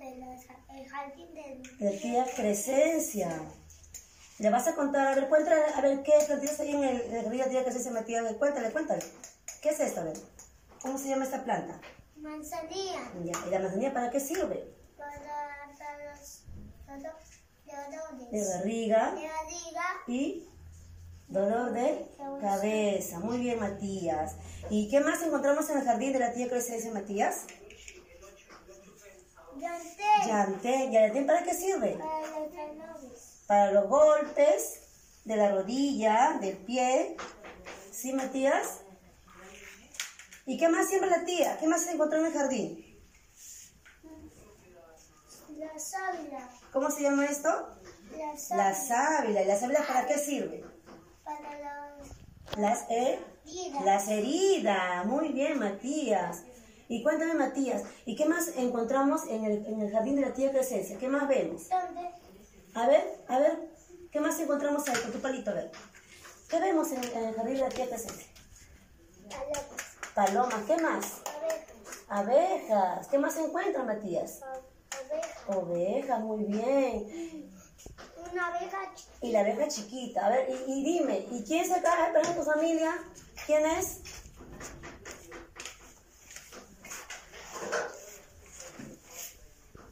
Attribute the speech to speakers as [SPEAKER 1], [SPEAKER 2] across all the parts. [SPEAKER 1] el, el jardín de...
[SPEAKER 2] De tía Crescencia. Le vas a contar, a ver, cuéntale, a ver qué plantillas hay en el, en el río tía Crescencia metida. Cuéntale, cuéntale. ¿Qué es esto? A ver, ¿cómo se llama esta planta?
[SPEAKER 1] Manzanilla.
[SPEAKER 2] Ya, ¿Y la manzanilla para qué sirve?
[SPEAKER 1] Para, para los, los, los
[SPEAKER 2] De
[SPEAKER 1] dolores.
[SPEAKER 2] barriga
[SPEAKER 1] De barriga.
[SPEAKER 2] y dolor de cabeza. Muy bien, Matías. ¿Y qué más encontramos en el jardín de la tía Crescencia, Matías?
[SPEAKER 1] Yante.
[SPEAKER 2] Yantén. ¿Y el yantén para qué sirve?
[SPEAKER 1] Para los dolores.
[SPEAKER 2] Para los golpes de la rodilla, del pie. ¿Sí, Matías? ¿Y qué más siempre la tía? ¿Qué más se encontró en el jardín?
[SPEAKER 1] La sábila.
[SPEAKER 2] ¿Cómo se llama esto?
[SPEAKER 1] La sábila.
[SPEAKER 2] La sábila. ¿Y la sábila para qué sirve?
[SPEAKER 1] Para los
[SPEAKER 2] Las, eh,
[SPEAKER 1] heridas.
[SPEAKER 2] las heridas. Muy bien, Matías. Y cuéntame, Matías, ¿y qué más encontramos en el, en el jardín de la tía Crescencia? ¿Qué más vemos?
[SPEAKER 1] Donde
[SPEAKER 2] A ver, a ver, ¿qué más encontramos ahí con tu palito? A ver. ¿Qué vemos en, en el jardín de la tía Crescencia?
[SPEAKER 1] palomas,
[SPEAKER 2] Palomas, ¿qué más?
[SPEAKER 1] abejas,
[SPEAKER 2] Abejas, ¿qué más se encuentra, Matías?
[SPEAKER 1] a- abejas.
[SPEAKER 2] Ovejas, muy bien.
[SPEAKER 1] Una abeja ch-
[SPEAKER 2] Y la abeja chiquita, a ver, y, y dime, ¿y quién se acaba de perder en tu familia? ¿Quién es?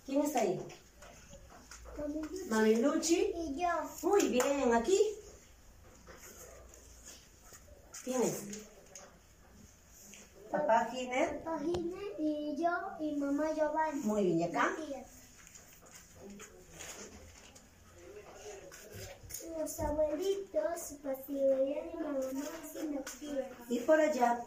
[SPEAKER 2] ¿Quién está ahí? Mami Luchi.
[SPEAKER 1] y yo.
[SPEAKER 2] Muy bien, aquí. ¿Quién es? Papá Giner.
[SPEAKER 1] Pajina y yo y mamá Giovanni.
[SPEAKER 2] Muy bien, ¿y acá?
[SPEAKER 1] Matías. Los abuelitos, pues, Pasibilidad y mamá sin
[SPEAKER 2] Y por allá.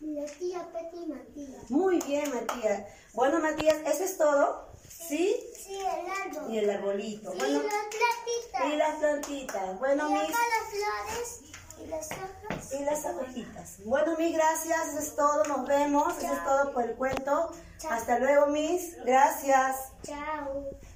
[SPEAKER 1] La tía Peti y Matías.
[SPEAKER 2] Muy bien, Matías. Bueno, Matías, eso es todo. ¿Sí?
[SPEAKER 1] Sí, el árbol.
[SPEAKER 2] Y el arbolito.
[SPEAKER 1] Y
[SPEAKER 2] Bueno,
[SPEAKER 1] las
[SPEAKER 2] y
[SPEAKER 1] platitas.
[SPEAKER 2] las plantitas. Bueno,
[SPEAKER 1] Y
[SPEAKER 2] mis.
[SPEAKER 1] acá las flores y las hojas.
[SPEAKER 2] Y las abejitas. Bueno, mis gracias. Eso es todo. Nos vemos. Eso es todo por el cuento. Hasta luego, mis. Gracias.
[SPEAKER 1] Chao.